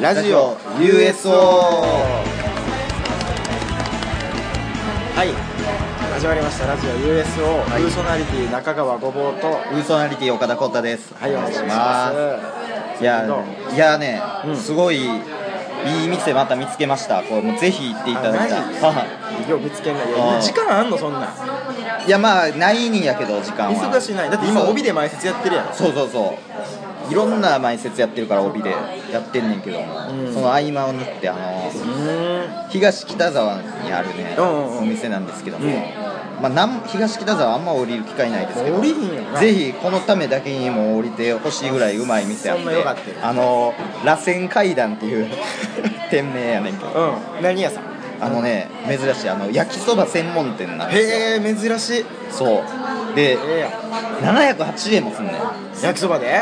ラジオ USO はい始まりましたラジオ USO、はいウーソナリティ中川ごぼうとはウーソナリティ岡田浩太ですいお願いしますすいやいやね、うんすごいいい店また見つけましたこれもうぜひ行っていただきたいあマジはいよう見つけんないいあーや時間あんのそんなんいやまあないんやけど時間は忙しいないだって今そう帯で前説やってるやんそうそうそういろんな前説やってるから帯でやってんねんけども、うんその合間を縫ってあのうん東北沢にあるね、うんうんうんお店なんですけども、うんまあ、なん東北沢あんま降りる機会ないですけど降りひんよなぜひこのためだけにも降りてほしいぐらいうまい店あっそんな良かってたあの螺旋階段っていう 店名やねんけどうん何屋さんあのね珍しいあの焼きそば専門店なんですよへえ珍しいそうでええやん708円もすんねんうん焼きそばで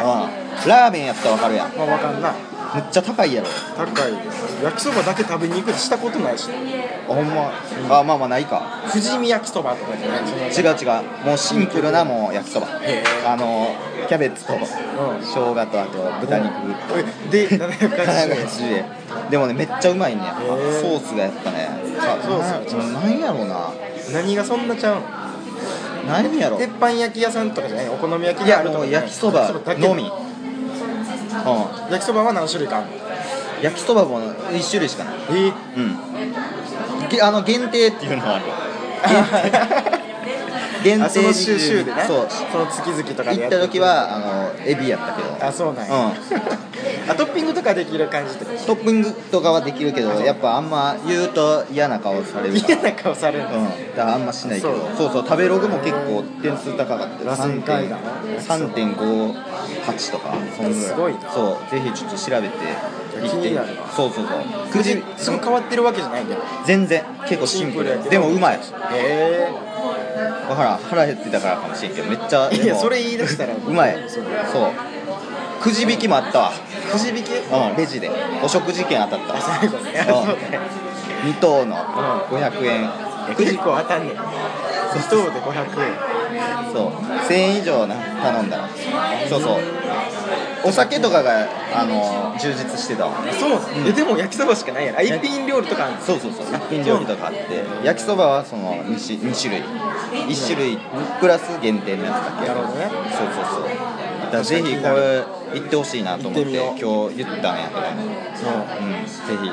ラーメンやったらわかるやんまあわかんないむっちゃ高いやろ高い焼きそばだけ食べに行くってしたことないしあほんまあまあまあないか富士見焼きそばとかじゃないその違う違うもうシンプルなもう焼きそばへえあのキャベツとうん生姜とあと豚肉で780 780円でもねめっちゃうまいねやっぱへえソースがやっぱねさソースななんやろうな何がそんなちゃうん何やろ鉄板焼き屋さんとかじゃないお好み焼きいがあやるともかうじゃない焼きそばだけのみうん焼きそばは何種類かある焼きそばも1種類しかないえーうんげあの限定っていうのはあ る限定あその週限定週でねそうその月々とか行っでやってたる時はあのエビやったけどあそうなんや、あトッピングとかできる感じとかトッピングとかはできるけどやっぱあんま言うと嫌な顔されるから嫌な顔されるの、うん、だからあんましないけどそうそうそう食べログも結構点数高かったよ螺旋階段3.58とかそんぐらいすごいなそうぜひちょっと調べて気になるなそうそうそうくくじじすぐ変わってるわけじゃないんだよ全然結構シンプシンプルやルけどでもうまいへわからん腹減ってたからかもしれんけどめっちゃえいでやもそれ言い出したらうまいそそううくじ引きもあったくじ引きわうんレジでお食事券当たったわ最後ねうんそうね2等のう500円くじ1個当たんねん1等で500円そう1000円以上な頼んだらそうそうお酒とかがあの充実してたわそうなん、えでも焼きそばしかないやんあ一品料理とかあるんですそうそうそう一品料理とかあって焼きそばはその 2, し二種類1種類プラス限定のやつだけなるほどねそうそうそうだからぜひこれ行ってほしいなと思って行ってみ今日言ったんやけどねそううんぜひ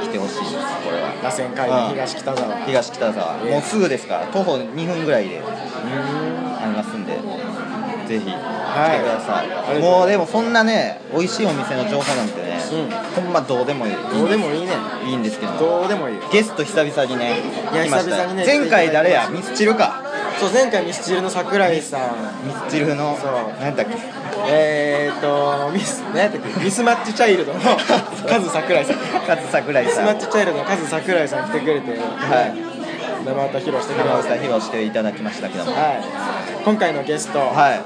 来てほしいですこれは螺旋階う段ん東北沢東北沢もうすぐですから徒歩2分ぐらいでありますんでぜひ来てください、はいもうでもそんなね美味しいお店の情報なんてね、うほんまどうでもいいどうでもいいねんいいんですけどどうでもいいよゲスト久々にねいや来ました久々にね前回誰やミスチルかそう前回ミスチルの桜井さんミスチルのそう何だっけえーっとミス何やったっけミスマッチチャイルド の カズ桜井さんミ勝桜井スさんマッチチャイルドのカズ桜井さん来てくれてはい生歌披露してくれ生まし歌披露していただきましたけどもたはい今回のゲストいはい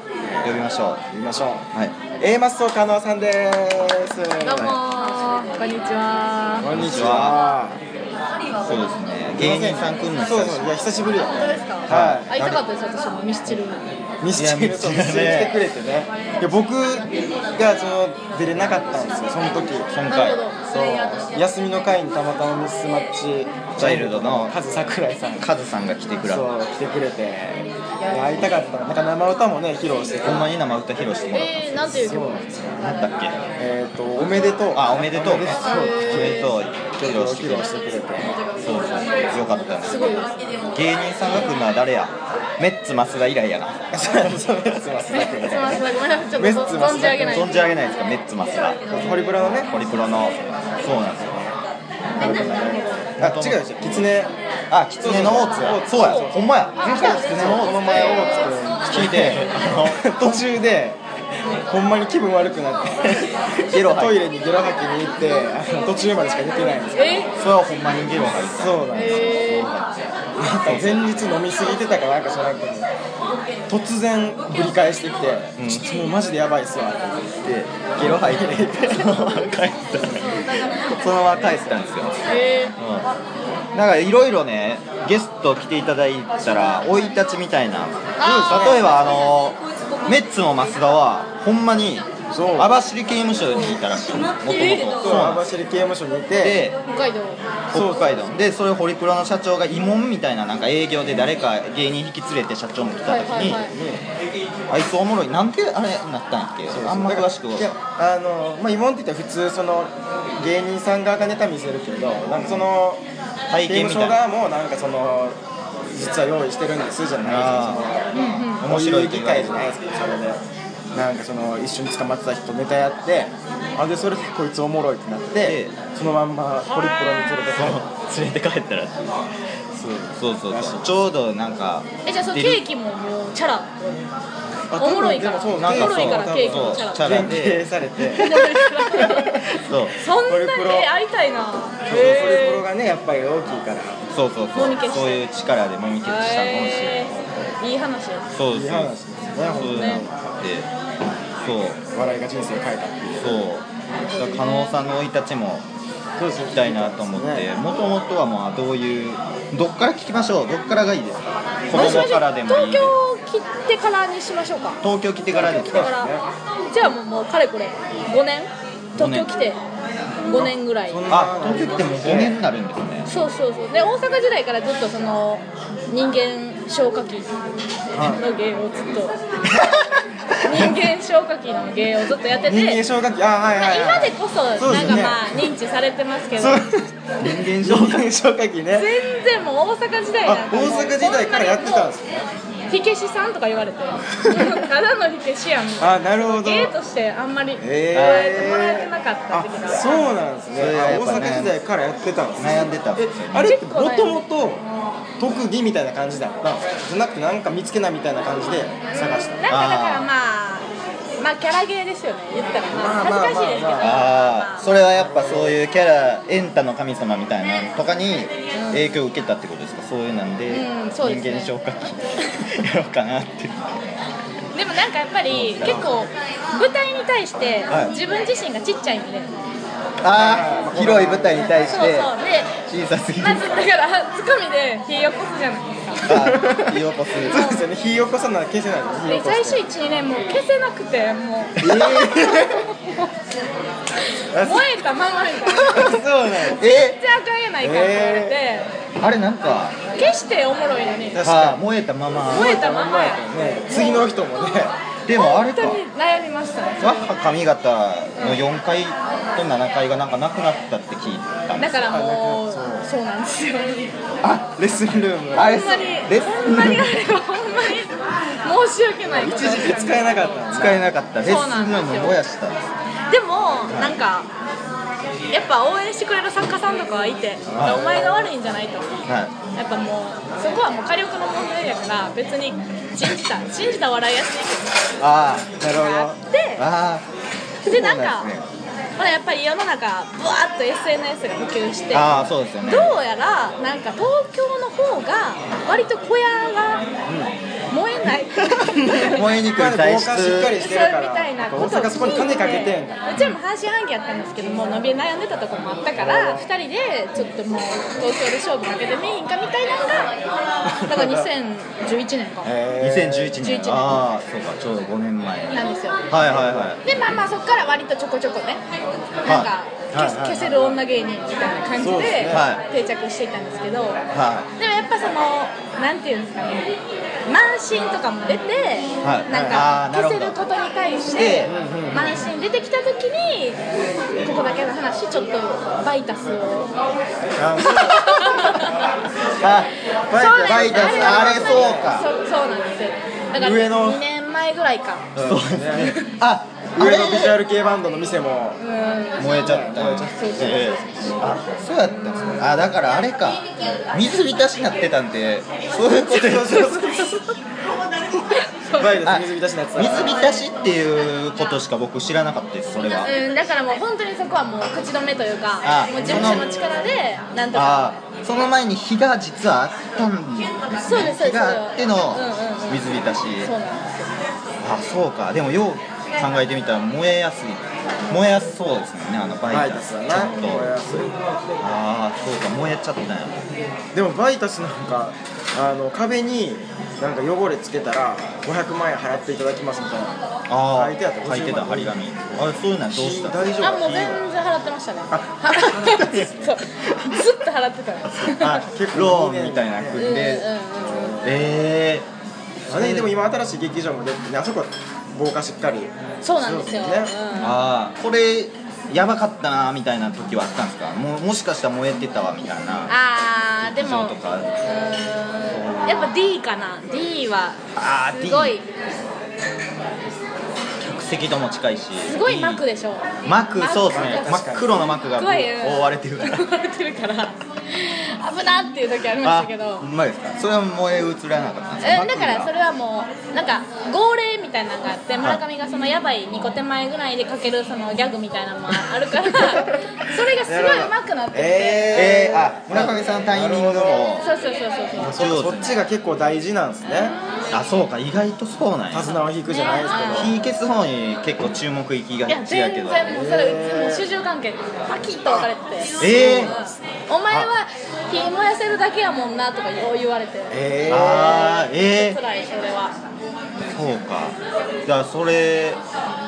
呼びましょう見ましょうはい A マッソ加納さんですどうもー、こんにちは。こんにちはそうですね芸人さん来るのそう久しそうぶいや久しぶりだどうねですか。はいあ、痛かったです。私もミスチル。ミスチいやルミスそチうルミねスチル来てくれてねいや僕がその出れなかったんですよその時り今なる回ほど。プそレイヤーとしてう。休みの会にたまたまミスマッチチャイルドのカズ桜井さんカズさんが来てくれたそう来てくれていや会いたかったなんか生歌もね披露してほんたまに生歌披露してもらったえー、なんていうそう曲。何だっけえっ、とおめでとうあおめでとうおめでとおめでとう披う露してく披露れたしてくれてそうそうよかったねすごい。芸人さんが来るのは誰やメッツ増田以来やなそうそうメッツマスめだっけちどゃねすみません。ごめんなさい。ちょっメッツとマス存じ上げない。存じ上げないですかメッツ増田ホリプロのねホリプロのそうなんですよあ違うでしょキツネあキツネの大津やそうやほんまやキツネのこの前大津聞いて君途中でほんまに気分悪くなってゲロ吐いたトイレにゲロ吐きに行ってあの途中までしか寝てないんですよえーそれはほんまにゲロ吐いそうなんですよえなんか前日飲みすぎてたかなんか知らんけど突然ぶり返してきて、うんちょっともうマジでやばいっすわっててゲロ吐いてそのまま帰ったそのまま帰ったんですよー、えー、うんなんかいろいろねゲスト来ていただいたら生い立ちみたいなあ例えばあのメッツの増田はほんまにそう網走刑務所にいたらしいもともえとそう網走刑務所にいてで北海道北海道でそれホリプロの社長が慰問みたいななんか営業で誰か芸人引き連れて社長も来た時に、はいはいあいつおもろいなんであれなったんやっけあんま詳しくはいやあのまあ慰問って言ったら普通その芸人さん側がネタ見せるけどなんかその体刑験み務所たいな側もなんかその実は用意してるんですじゃあないですかその面白いこううと言機われる会じゃないですけどそれでなんかその一緒に捕まってた人とネタやってあでそれでこいつおもろいってなってでそのまんまホリプロに連れてこそう連れて帰ったらしいそうそうそうちょうどなんかえじゃあそのケーキももうチャラあおもろいから多分でもそうなんかおもろいからそうケーキもチャそラう う連で携されてそうそんなホリにプロえ会いたいなそうホリプロへがねやっぱり大きいからそうそうもそみ消うしそういう力でもみ消ししたのかもしれない、えいい話やそうそういい話ですねそ本うなん当にでそう笑いが人生を変えたっていうそうだから加納さんの生い立ちもそうです聞きたいなと思ってもともとはもうどういうどっから聞きましょうどっからがいいですか子供からでもいい東で京す来てからにしましょうか東京来てからですだかからじゃあもうもうかれこれ5年東京来て5年ぐらいあ東京来てもう5年になるんですねそうそうそうで大阪時代からずっとその人間消火器の芸をずっと人間消火器の芸をずっとやって人間て消火器あはいまあはい、はい、今でこそそうでなすよんかねまあ認知されてますけどそう人間人間消火器ね全然もう大阪時代あなんても大う阪時代からやってたんですね火消しさんとか言わ れてただの火消しやんみたいなあなるほど芸としてあんまり捉えてもらえてなかったあ時がそうなんですねそれはあやっぱ大ね阪時代からやってたんですね悩んでたんでえすよねあれって結も構と悩もむと特技みたいな感じだったんですかじゃなくてなんか見つけなみたいな感じで探したなんかだからあーまあまあキャラゲーですよね言ったらまあまあまあ恥ずかしいですけどまあああそれはやっぱそういうキャラエンタの神様みたいなのとかに影響を受けたってことですかそういうなんでうん人そうですね間消化器やろうかな ってでもなんかやっぱり結構舞台に対してはい自分自身がちっちゃいんで、ああ広い舞台に対しそうてそうで小さすぎるまずだからツッコミで火起こすじゃないですかあ火起こすそうですよね火起こさな消せないです火で起こ最して初12年もう消せなくてもう燃えたままみたいなあそうなんですえじゃああかんやないかって言われて、あれなんか消しておもろいのに確あーか燃えたまま燃えたままやにね次の人もね でもあれ本か当に悩みましたねワッハ髪型の4階と7階がなんかなくなったって聞いたんでだすからもうあだからそうなんですよあレッスンルームあほれんまにレッほんまにあれはほんまに申し訳ないこと一だったんです時期使えなかったんです使えなかったレッそうスなんンルですよーム燃やしたんですでもなんかやっぱ応援してくれる作家さんとかはいてはいお前が悪いんじゃないとやはっぱもうそこはもう火力の問題やから別に信じた信じた笑いやすいいあーなるほけどあどってあーでなんかそうですねほらやっぱり世の中ブワーッと SNS が普及してああそうですよねどうやらなんか東京の方が割と小屋が燃えない、燃えにくい体質まあ防火しっかりそしてうるからみたいなことを大阪そこに金かけてんだうちらも半信半疑やったんですけども伸び悩んでたとこもあったから2人でちょっともう東京で勝負かけてみいひんかみたいなのがだから2011年か2011 11年年ああそうかちょうど5年前はいなんですよはいはいでまあまあそっから割とちょこちょこねなんはいかはい消す消せる女芸人みたいな感じそうですでねは定着していたんですけど、はでもやっぱそのなんていうんですかね慢心とかも出て、はいなんあかーなる消ほどせることに対して慢心出てきた時にここだけの話ちょっとバイタスをいあ バイタスあれそうかそうそうなんですよだから上の2年前ぐらいかそうですねああ上れのビジュアル系バンドの店 も うんは燃えちゃった燃えちゃっええあそうやったんですかあだからあれか水浸しになってたんでそういうことですバイあです水浸しのやつだ水浸しっていうことしか僕知らなかったですそれはうん、だからもう本当にそこはもう口止めというかあもう事務所の力でなんとかああその前に火が実はあったんですそうでねすそ火うですがあってのうんうんうん水浸しそうなんですよあそうかでもよう考えてみたら燃えやすい燃えやすそうですもんねあのババイイタタススだちょっなと燃えやすいああそうか燃えちゃったんやでもバイタスなんかあの壁になんか汚れつけたら500万円払っていただきますみたいなああ書いてあった書いてた張り紙あれそういうのはどうした大丈夫あもう全然払ってましたね ずっとずっと払ってたねあ結構ローンみたいな組んで、 うんうんうんえー、あれでも今新しい劇場も出ててねあそこは防火しっかりそうなんですよ、そうでうすねんああこれやばかったなみたいな時はあったんですかもうもしかしたら燃えてたわみたいなあーでも以上とかうーんやっぱ D かな D はあーすごい D 客席とも近いしすごい幕でしょ幕そうですね幕真っ黒の幕がすこうごいうん覆われてる から覆われてるから危なっていう時ありましあたけどうまいですかそれは燃え移らなかったんですえかだからそれはもうなんか号令みたいなのがあってい村上がそのやばい2個手前ぐらいでかけるそのギャグみたいなのもある からそれがすごい上手くなってて、えー、あ村上さんのタイミングもそうそうそうそうそそうそっちが結構大事なんですねあそうか意外とそうなん手や綱を引くじゃないです火消す方に結構注目いきがいやちや全け然どもうそれうちもう主従関係パキッと分かれててえーお前は火燃やせるだけやもんなとかよう言われてけどええあーえ辛いそれはー、そうかじゃあそれ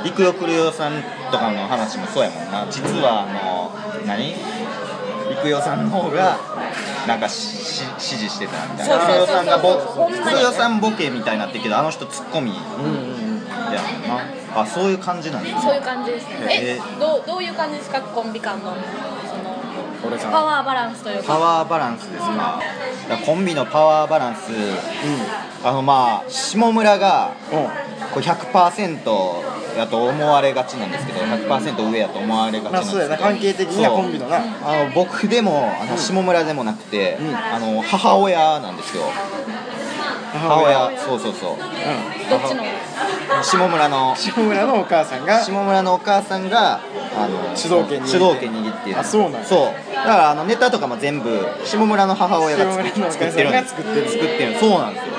陸よくるよさんとかの話もそうやもんな実はあの何陸よさんの方がなんかしし指示してたみたいなそうそうそうそう陸よさんがボほんまに陸よさんボケみたいになってるけどあの人ツッコミやもうんうんんなあそういう感じなんだそういう感じですねええどうどういう感じですかコンビ間のその俺さんパワーバランスというパかワーバランスですかだからコンビのパワーバランスあのまあ下村がうんこれ100%やと思われがちなんですけど100%上やと思われがちまなんあですそうけやどな関係的にはそうコンビのなあの僕でもあの下村でもなくて、うんあの母親なんですよ母親そうそうそうどっちの下村の下村のお母さんが下村のお母さんがあの主導権握って主導権握ってるあそうなんやそうだからあのネタとかも全部下村の母親が作下村のお母作さんがってるんです作ってる作ってるそうなんですよ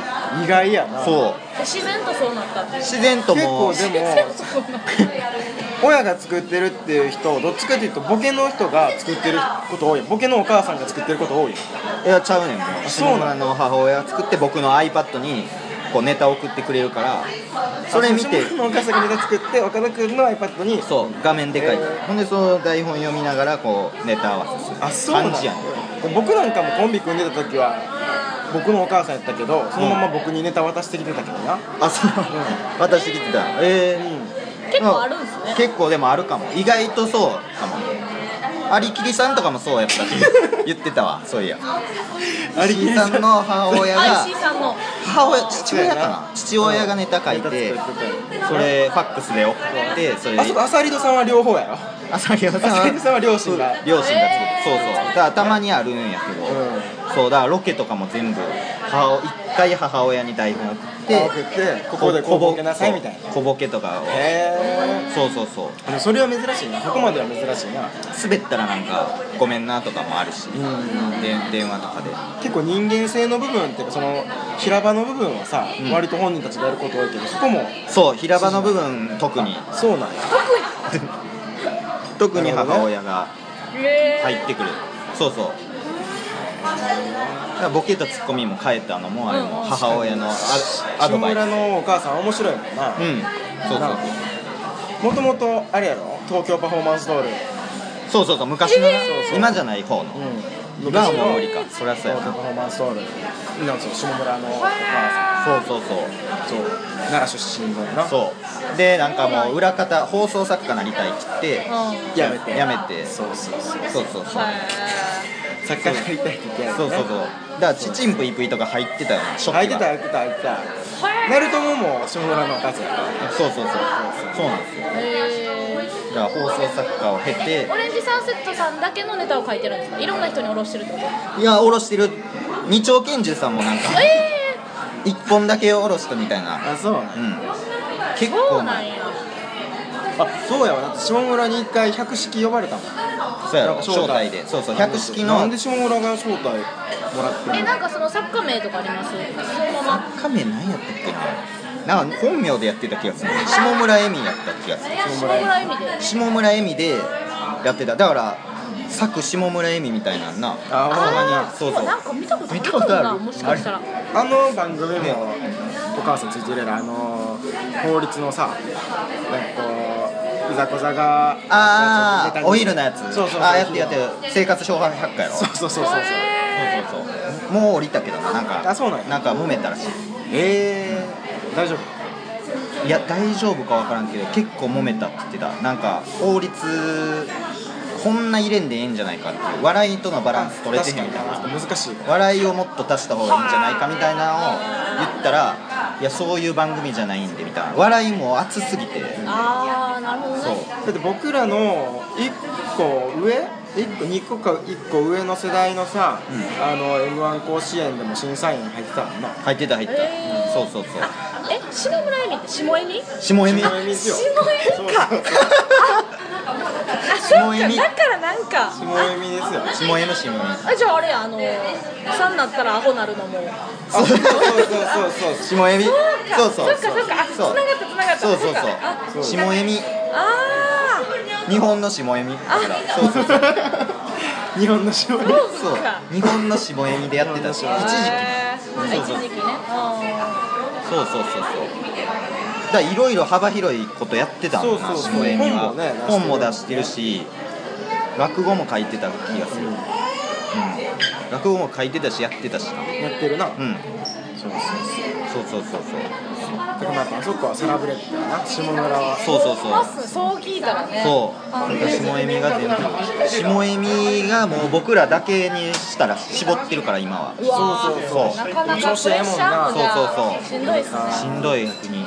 意外やなそう自然とそうなったっていう自然と結も構うで自然 もとそうなった親が作ってるっていう人どっちかっていうとボケの人が作ってること多いボケのお母さんが作ってること多いよいやちゃうねんもうそ下うなん村の母親が作って僕の iPad にこうネタ送ってくれるからそれ見て下村のお母さんがネタ作って岡田君の iPad にそう画面でかいてあるえほんでその台本読みながらこうネタ合わせするあそうなん感じやね僕なんかもコンビ組んでた時は僕のお母さんやったけどそのまま僕にネタ渡してきてたけどな、あそう渡してきてたええ結構あるんですね結構でもあるかも意外とそうかもありきりさんとかもそう やったし言ってたわそういやありきりさんの母親が IC さんの母親父親かな父親がネタ書いてネタ作ってそれファックスで送ってそれてあそこアサリドさんは両方やろ朝日さん朝日さんは両親が両親が作ってえそうそうだからたまにあるんやけど、んそうだからロケとかも全部母一回母親に台本送ってあ送ってここでこうボケなさいみたいなそう小ボケとかをへそうそうそうえでもそれは珍しいなそこまでは珍しいな滑ったらなんかごめんなとかもあるし、で電話とかで結構人間性の部分っていうかその平場の部分はさ、割と本人たちがやること多いけどそこもそう平場の部分特にそうなんや特に母親がえー入ってくるそうそうだからボケとツッコミも変えたのもあれも母親のあア下ドバイス村のお母さんは面白いもんなうんそうそうそうもともとあれやろ東京パフォーマンスドール、そうそうそう昔のな、えー今じゃない方のうん今はもう無理かそりゃそうやな東京パフォーマンスドールなんそう下村のお母そうそうそうさんそう奈良出身のなそうでなんかもう裏方放送作家なりたいっつってうんやめてやめてそそうそうそううそうそうそうはい作家になりたいって言ってやるそうそうだからチチンプイプイとか入ってたよね初期は入ってた入ってた入ってたナルトももう下村のお母さんやからそうそうそうそうなんですよえだから放送作家を経てーオレンジサンセットさんだけのネタを書いてるんですかいろんな人におろしてるってこといやおろしてる二丁拳銃さんもなんかえ一本だけおろしたみたいなあそうなんうやんー、結そ構うなん前やあそうやわだって下村に一回百式呼ばれたもんそうやろなんか招待でそうそう百式のなんで下村が招待もらってえるなんかその作家名とかありますそのままカメ何やったっけななんか本名でやってた気がする下村恵美やった気がする下村恵美で下村恵美でやってただから作下村恵美みたいなんなあーたまにそうでそもうなんか見たことあ見るたことあるなもしかしたらあの番組もお母さんついてるやろあの法律のさなんかこううざこざがああお昼のやつそうそうそうあーやってやってる生活障害百科やろそうそうそうそうそうへそうそうもう降りたけどななんかあそうなんやなんか揉めたらしいえー、大丈夫いや大丈夫かわからんけど結構揉めたって言ってたなんか法律こんな入れんでええんじゃないかっていう笑いとのバランス取れてへんみたい確なかに難しい笑いをもっと足した方がいいんじゃないかみたいなのを言ったらいやそういう番組じゃないんでみたいな笑いも熱すぎてーああなるほどそうねだって僕らの1個上1個2個か1個上の世代のさ、うんあの m 1甲子園でも審査員入ってたもんな入ってた入ってた、へーそうそうそうえ下村恵美って下恵美下恵美下恵美ですよ下恵美かそうあ下恵美だからなんか下恵美ですよ下恵美下恵美あじゃああれやあの3になったらアホなるのもそうそうそうそうそう下恵美そうそうそっかそっかあそう繋がった繋がったそうそうっかあそう下恵美あ日本の下恵美だからそうそうそう日本の下恵美ーそそううか日本の下恵美でやってたし一時期へーあ一時期ねあそうそうそうそうだいろいろ幅広いことやってたもんなそうそうそう下恵美は本もね本も出してるし落語も書いてた気がする、うん、落語も書いてたしやってたしなやってるな、うんそうそそううそうそうそだからやっぱあそこはサラブレッドやな下村はうそうそうそうあそう聞いたらねそう、なんか下恵美が全部、下恵美がもう僕らだけにしたら絞ってるから今は。うわーそうそうそうなかなかプレッシャーもじゃそうそうそうしんどいっすねしんどい逆に、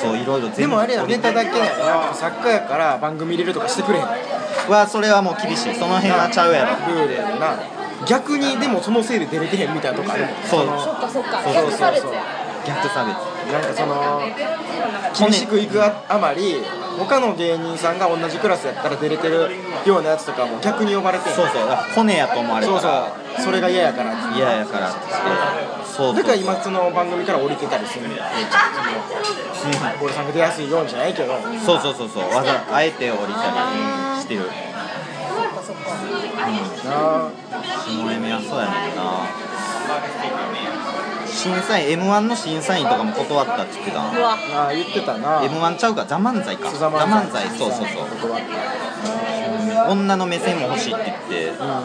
そういろいろ全部。でもあれやネタだけけやな作家やから番組入れるとかしてくれへんクはそれはもう厳しい。その辺はちゃうやろ。ールやろな逆にでもそのせいで出れてへんみたいなとかあるもんそうそっかそっかそう逆差別そうそうや逆差別。なんかその厳しくいくああまり他の芸人さんが同じクラスやったら出れてるようなやつとかも逆に呼ばれてんそうそう、だから骨やと思われたそうそらうそれが嫌やからって嫌やからってして。そうそう。だから今その番組から降りてたりするんや俺さんが出やすいようにじゃないけどうんそうそうそうそう。わざあえて降りたりしてる。そっかそっかな下恵美はそうやねんな。審査員 M1 の審査員とかも断ったって言ってたなうわああ言ってたな M1 ちゃうか、ザ・漫才か。ザ・ザ漫才、そうそうそう。僕は女の目線も欲しいって言って、なんか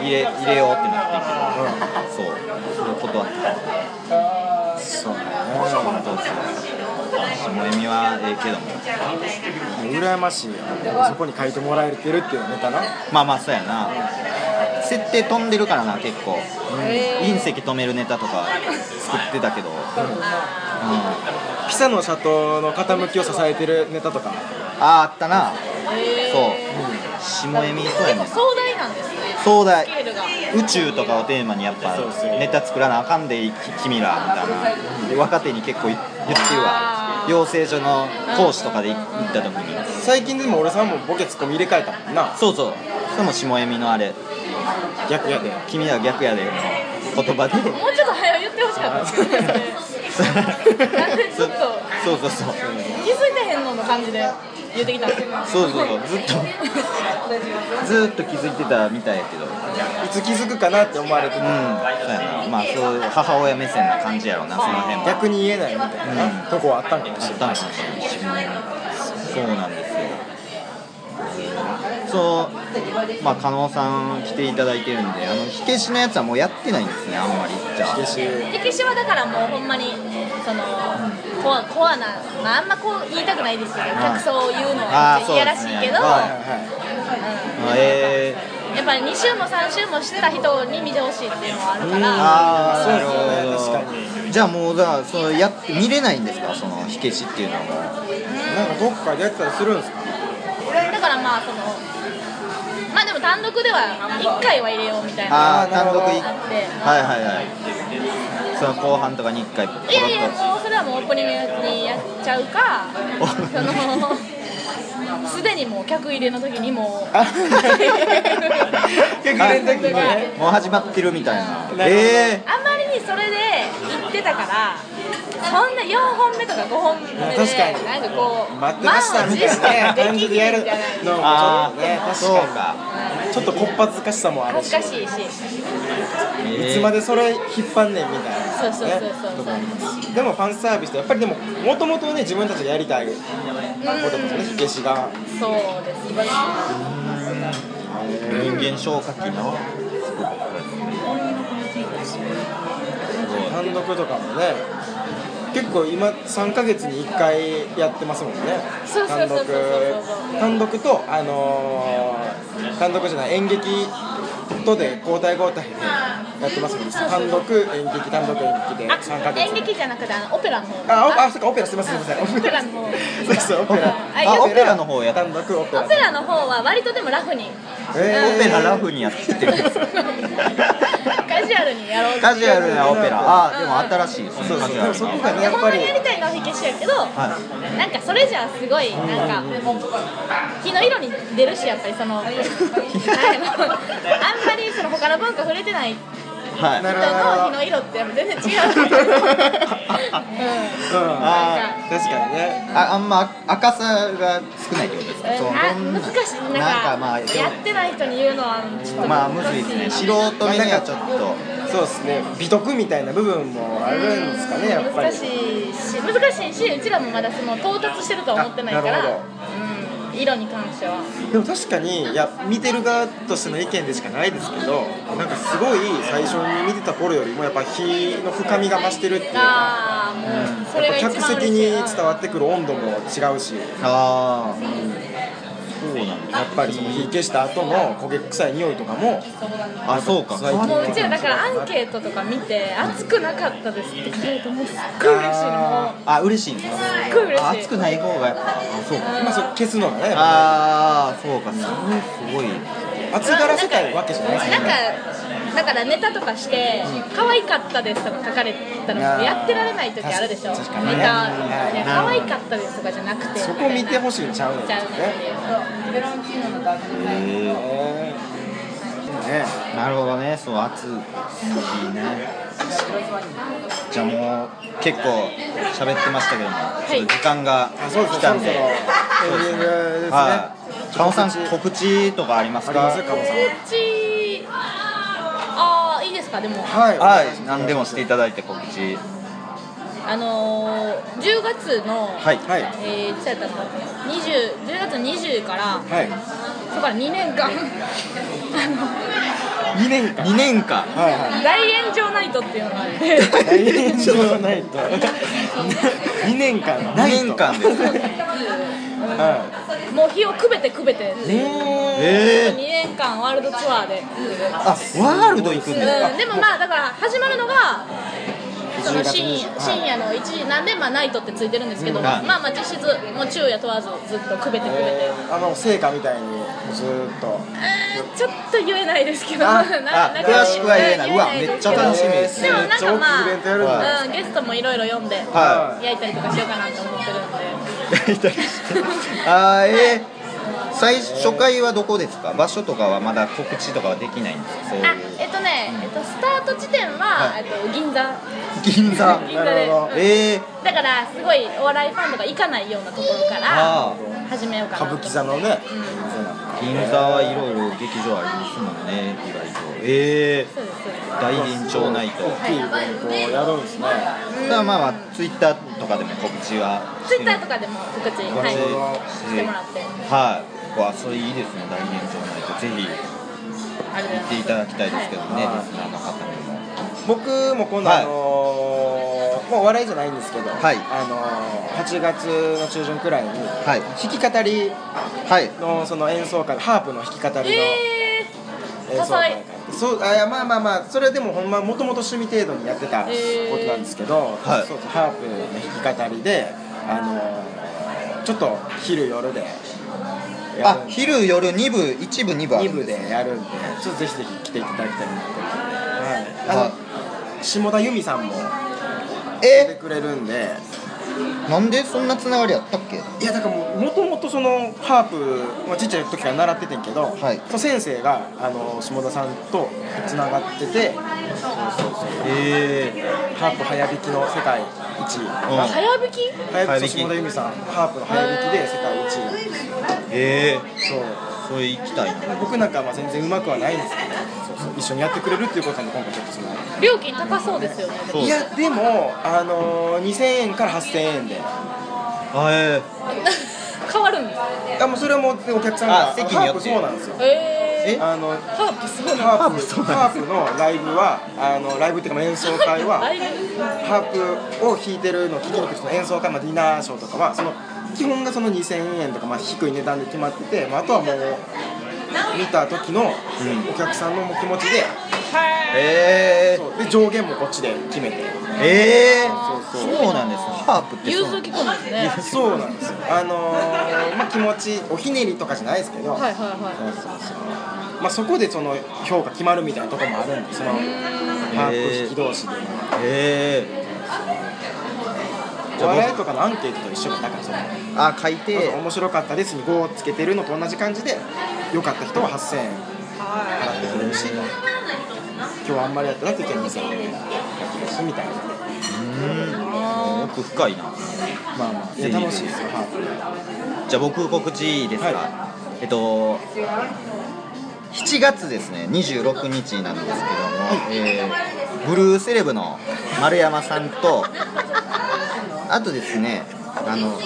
入れ入れようってなってんけど、そう、それを断った。そうね本当そう。下恵美はええけども。羨ましいよそこに書いてもらえてるっていうネタなまあまあ、そうやな。設定飛んでるからな、結構。え隕石止めるネタとか作ってたけど、あピサの斜塔の傾きを支えてるネタとかあー、あったな。えそう。下恵美、そうや結ね構。壮大なんですね壮大ス。ケールが宇宙とかをテーマにやっぱそうそうネタ作らなあかんでい君らみたいなで若手に結構言言ってるわあー養成所の講師とかで行った時に最近でも俺さんもボケツッコミ入れ替えたもんなそうそうそれも下恵美のあれ逆やで「君らは逆やで」の言葉でもうちょっと早う言ってほしか ったですけどねなんで ちょっとそうそうそう気づいてへんのの感じで言ってきたんですよそうそうそうず っとずーっと気づいてたみたいやけどうんそういつ気づくかなって思われてたやなまあそういう母親目線な感じやろうなその辺も逆に言えないみたいなとこはあったんかもしれダなメいそうなんですよそうまあ加納さん来ていただいてるんであの火消しのやつはもうやってないんですねあんまりじゃあ火消し歴史はだからもうほんまにそのコアコアな、まあ、あんまこう言いたくないですけどはい客層を言うのあーはそういやでらすしいねけど、はいははあえうんやっぱり2週も3週もしてた人に見てほしいっていうのはあるかー、らああなるそうですほね確どじゃあもうだからそのやって見れないんですかその火消しっていうのはもういなんかどっかでやってたりするんですかだからまあそのまあでも単独では1回は入れようみたいなああ単独いあはっていはいはいその後半とかに1回ポロいやいやッもうそれはもうオープニングにやっちゃうかおそ のすでにもう客入れの時に もう 逆連の時にねともう始まってるみたいななるほどええあんまりにそれで行ってたからそんな4本目とか5本目でいや確かになんかこう待ってましたみたいな感じでやる満を持してできひんみたいなのもああ、ちょそうっとか、ね確かにちょっとこっぱずかしさもある恥ずしかしいしいつまでそれ引っ張んねんみたいな、ね、そうそうそうそうそうでもファンサービスってやっぱりでももともとね自分たちがやりたいことだもんね火消しがそうです人間消火器のすごい単独とかもね結構今3ヶ月に1回やってますもんねそうそう単そうそう独単独とあのー単独じゃない演劇とで交代交代でやってますもんね単独演劇単独演劇で3ヶあ月演劇じゃなくてあのオペラの方あおあそうかオペラすいませんすいませんオペラの方そうそうオペラあよくオペラの方やった単独オペラオペラの方は割とでもラフにえーオペララフにやってるカジュアルにやろうってカジュアルなオペラああでも新しいですねそうそカうジでュアもルそなこがねややっぱ本当りにやりたいのは火消しやけど、はなんかそれじゃあすごいなんか火の色に出るしやっぱりそのなんやろあんまりその他の文化触れてないいはいな人るほどの火の色ってやっぱ全然違う、うんああ確かにねー ああんま赤さが少ないってことですかうん、あ難しいなんかなんかまあやってない人に言うのはちょっとまあむずいですね素人目にはちょっとそうですね美徳みたいな部分もあるんですかねやっぱり難しいし難しいしうちらもまだその到達してるとは思ってないかあなるらほ、うん、色に関してはでも確かにいや見てる側としての意見でしかないですけどなんかすごい最初に見てた頃よりもやっぱ火の深みが増してるっていうかああもうそやれっがぱ一番客席嬉にしい伝なわってくる温度も違うしやああそうなんだっぱりその火消した後の焦げ臭い匂いとかもあそうか最近もううちらだからアンケートとか見て熱くなかったですって聞いてもうすっごい嬉しいのもうあ嬉しいんですすっごい嬉しいあ熱くない方がやっぱあそうかまあ、そう消すのがねやっぱああそうかすごいすごいり熱がらせたいわけじゃないですなよんかねだからネタとかして可愛かったですとか書かれたらもうやってられない時あるでしょネ確かタにねね可愛かったですとかじゃなくてそこ見てほししいんちゃうのちゃうねってねいうへえーねえなるほどねそう熱いいねじゃあもう結構喋ってましたけども、いちょっと時間があそうです来たねそろんそでろエンディングですねはいカモさん告知とかありますありかますかもさん告知ああいいですかでもはいはい何でもしていただいて告知あのー10月のはいはいえーいつやったの20 10月20からはいそこから2年間2年間2年間はいはい大炎上ナイトっていうのがあって来年上ナイト2年間2年間 ですはもう日をくべてくべていねえ2年間ワールドツアーで、あワールド行くんですかうん、でもまあだから始まるのがその深10月夜20深夜の1時なんで、まあ、ナイトってついてるんですけど、うんまあまあ実質もう昼夜問わずずっとくべてくべて、えーあの聖火みたいにずーっとえーちょっと言えないですけど ああ詳しくは言えないうわめっちゃ楽しみですでもなんかまあめっちゃ大きいイベントやるんだはうん、ゲストもいろいろ読んでは焼いたりとかしようかなと思ってるんいあーえー最初回はどこですか場所とかはまだ告知とかはできないんですかそういうであえっとね、えっと、スタート地点は、はいえっと、銀座銀座銀座なでるほどえー、だからすごいお笑いファンとか行かないようなところからあー始めようかな歌と舞伎座のね銀座はいろいろ劇場ありますもんね意外とえそうですそうでー、す大臨長ナイト大きいイベントをやるんですねまあまあまあツイッターとかでも告知はツイッターとかでも告知、告は知い、しなるほどしてもらって、はいわそれいいですね大臨長ナイトぜひ行あれでっていただきたいですけどね、はいリスナーの方にも僕も今度はいあのーもうお笑いじゃないんですけど、はいあのー8月の中旬くらいにはい弾き語りはいのその演奏会ハープの弾き語りのえー、演多奏会彩があってそうあいやまあまあまあそれでもほんまもともと趣味程度にやってたこへーとなんですけど、はいそうハープの弾き語りであのーちょっと昼夜でやるあんで昼夜2部一部2部ある2部でやるんでちょっとぜひぜひ来ていただきたいなと思ってます、はい、はあの下田由美さんも出てえくれるんでなんでそんなつながりあったっけいやだからもともとそのハープ、まあ、ちっちゃい時から習っててんけど、はいその先生があの下田さんとつながっててえハープ早弾きの世界行1位、うん早引き早引き下田由美さんハープの早引きで世界1位ええそうそれ行きたいな僕なんかまあ全然うまくはないんですけど、そうそう一緒にやってくれるっていうことなんで今回ちょっとその料金高そうですよねでもそういやでも、あのー、2000円から8000円であえ 変わるんですあもうそれはもうお客さんがあ席によってハープそうなんですよえー、あのハープすごいなハープハープのライブはあのライブっていうかまあ演奏会はライブハープを弾いてるのを聴きに行くその演奏会、まあ、ディナーショーとかはその基本がその2000円とか、まあ、低い値段で決まってて、まあ、あとはもう見た時のお客さんの気持ちで,、えそうで上限もこっちで決めてええそうそうそうなんですねハープって融そう通きこないですねそうなんですよあのーまあ、気持ちおひねりとかじゃないですけど、はいはいはそうそうそうまあ、そこでその評価決まるみたいなところもあるんでそのハープ弾き同士で。ええお笑いとかのアンケートと一緒だからそのあ書いて面白かったですに5をつけてるのと同じ感じで良かった人は8000円払ってくれるし今日あんまりやったなって言っても2000円やってるしみたいなうん奥深いなまあまあいやぜひ楽しいですよハーじゃあ僕告知いいですか、はえっと7月ですね26日なんですけども、えーブルーセレブの丸山さんとあとですねあ の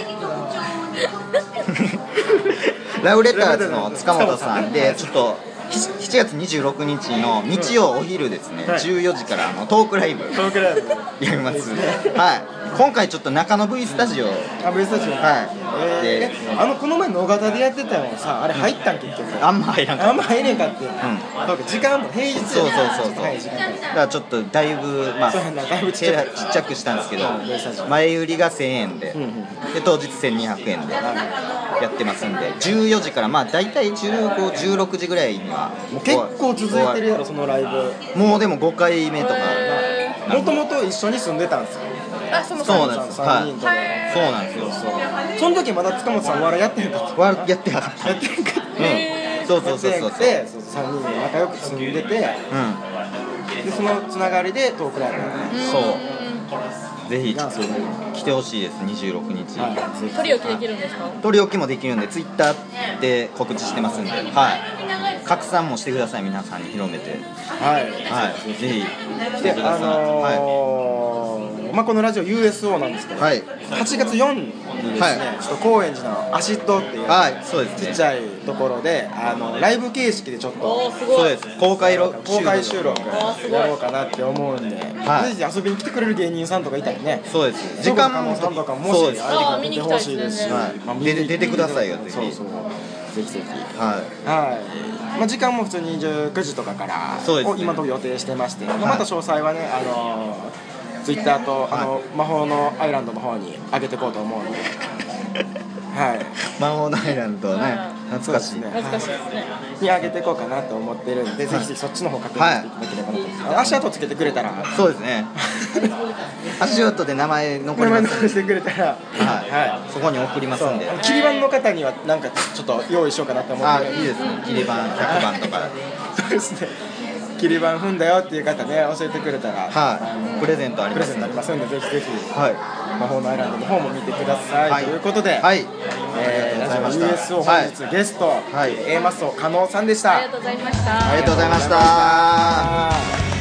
ラブレターズの塚本さんでちょっとひ7月26日の日曜お昼ですね、はい14時からあのトークライブプトークライブやります、はい今回ちょっと中野 V スタジオあベースタジオはいえでーえあのこの前野方でやってたのさあれ入ったん結局あんま入らんかったあんま入れんかって、んなんか時間も平日やそうそうそうそうはい時間だからちょっとだいぶまあそうやなだいぶちちっちゃっいちゃくしたんですけベイサージど前売りが1000円でうんうんで当日1200円でやってますんで14時からまあ大体1516時ぐらいにはもう結構続いてるやろそのライブもうでも5回目とかもともと一緒に住んでたんですよいあそのそうでなん3です人とでそうなんですよそうその時まだ塚本さんお笑いやってへんかったわやってなかったやってへんかったうんそうそうそうそうそうでそう3人で仲良く住んでてでうんそのつながりでトークライブやっそうぜひちょっと来てほしいです26日、は取り置きできるんですか取り置きもできるんでツイッターで告知してますんで、はい、拡散もしてください皆さんに広めて、たはいはい、ぜひ来でてくだあさい、のーまあこのラジオ USO なんですけどはい8月4にですはねちょっと高円寺のアシッドっていうはい、はい、そうですちねっちゃいところであのライブ形式でちょっとおーすそごういです公開ろ公開収録あーすごいやろうかなって思うんで、はいぜひ遊びに来てくれる芸人さんとかいたりねそうです時時間間ももさんとかもそうしですああれでも出てほしいですし、はいまあ出て出てくださいよぜひそうそうぜひぜひはいはい、まあ、時間も普通に19時とかからそうですねを今のところ予定してまして、まあはいまた詳細はねあのツイッター Twitter とあの、魔法のアイランドの方に上げていこうと思うのではい魔法のアイランドね懐かしい、そうですね懐かしいですねに上げていこうかなと思ってるんで、ぜひぜひそっちの方確認していただければなと思います、足跡つけてくれたらそうですね足音で名前残り名前まのす話してくれたらはい、はそこに送りますんでい切り板の方にはなんかちょっと用意しようかなと思っあてるいいですね切り板100番とかそうですね切り板踏んだよっていう方ね教えてくれたらはいプレゼントああのりまプレすゼンんでトありますんでぜひぜひはい魔法のアイランドの方も見てください、はいということで、はいえーありがとうごラざジいオました USO 本日、ゲスト、い A マッソ加納さんでした、ありがとうございましたありがとうございました。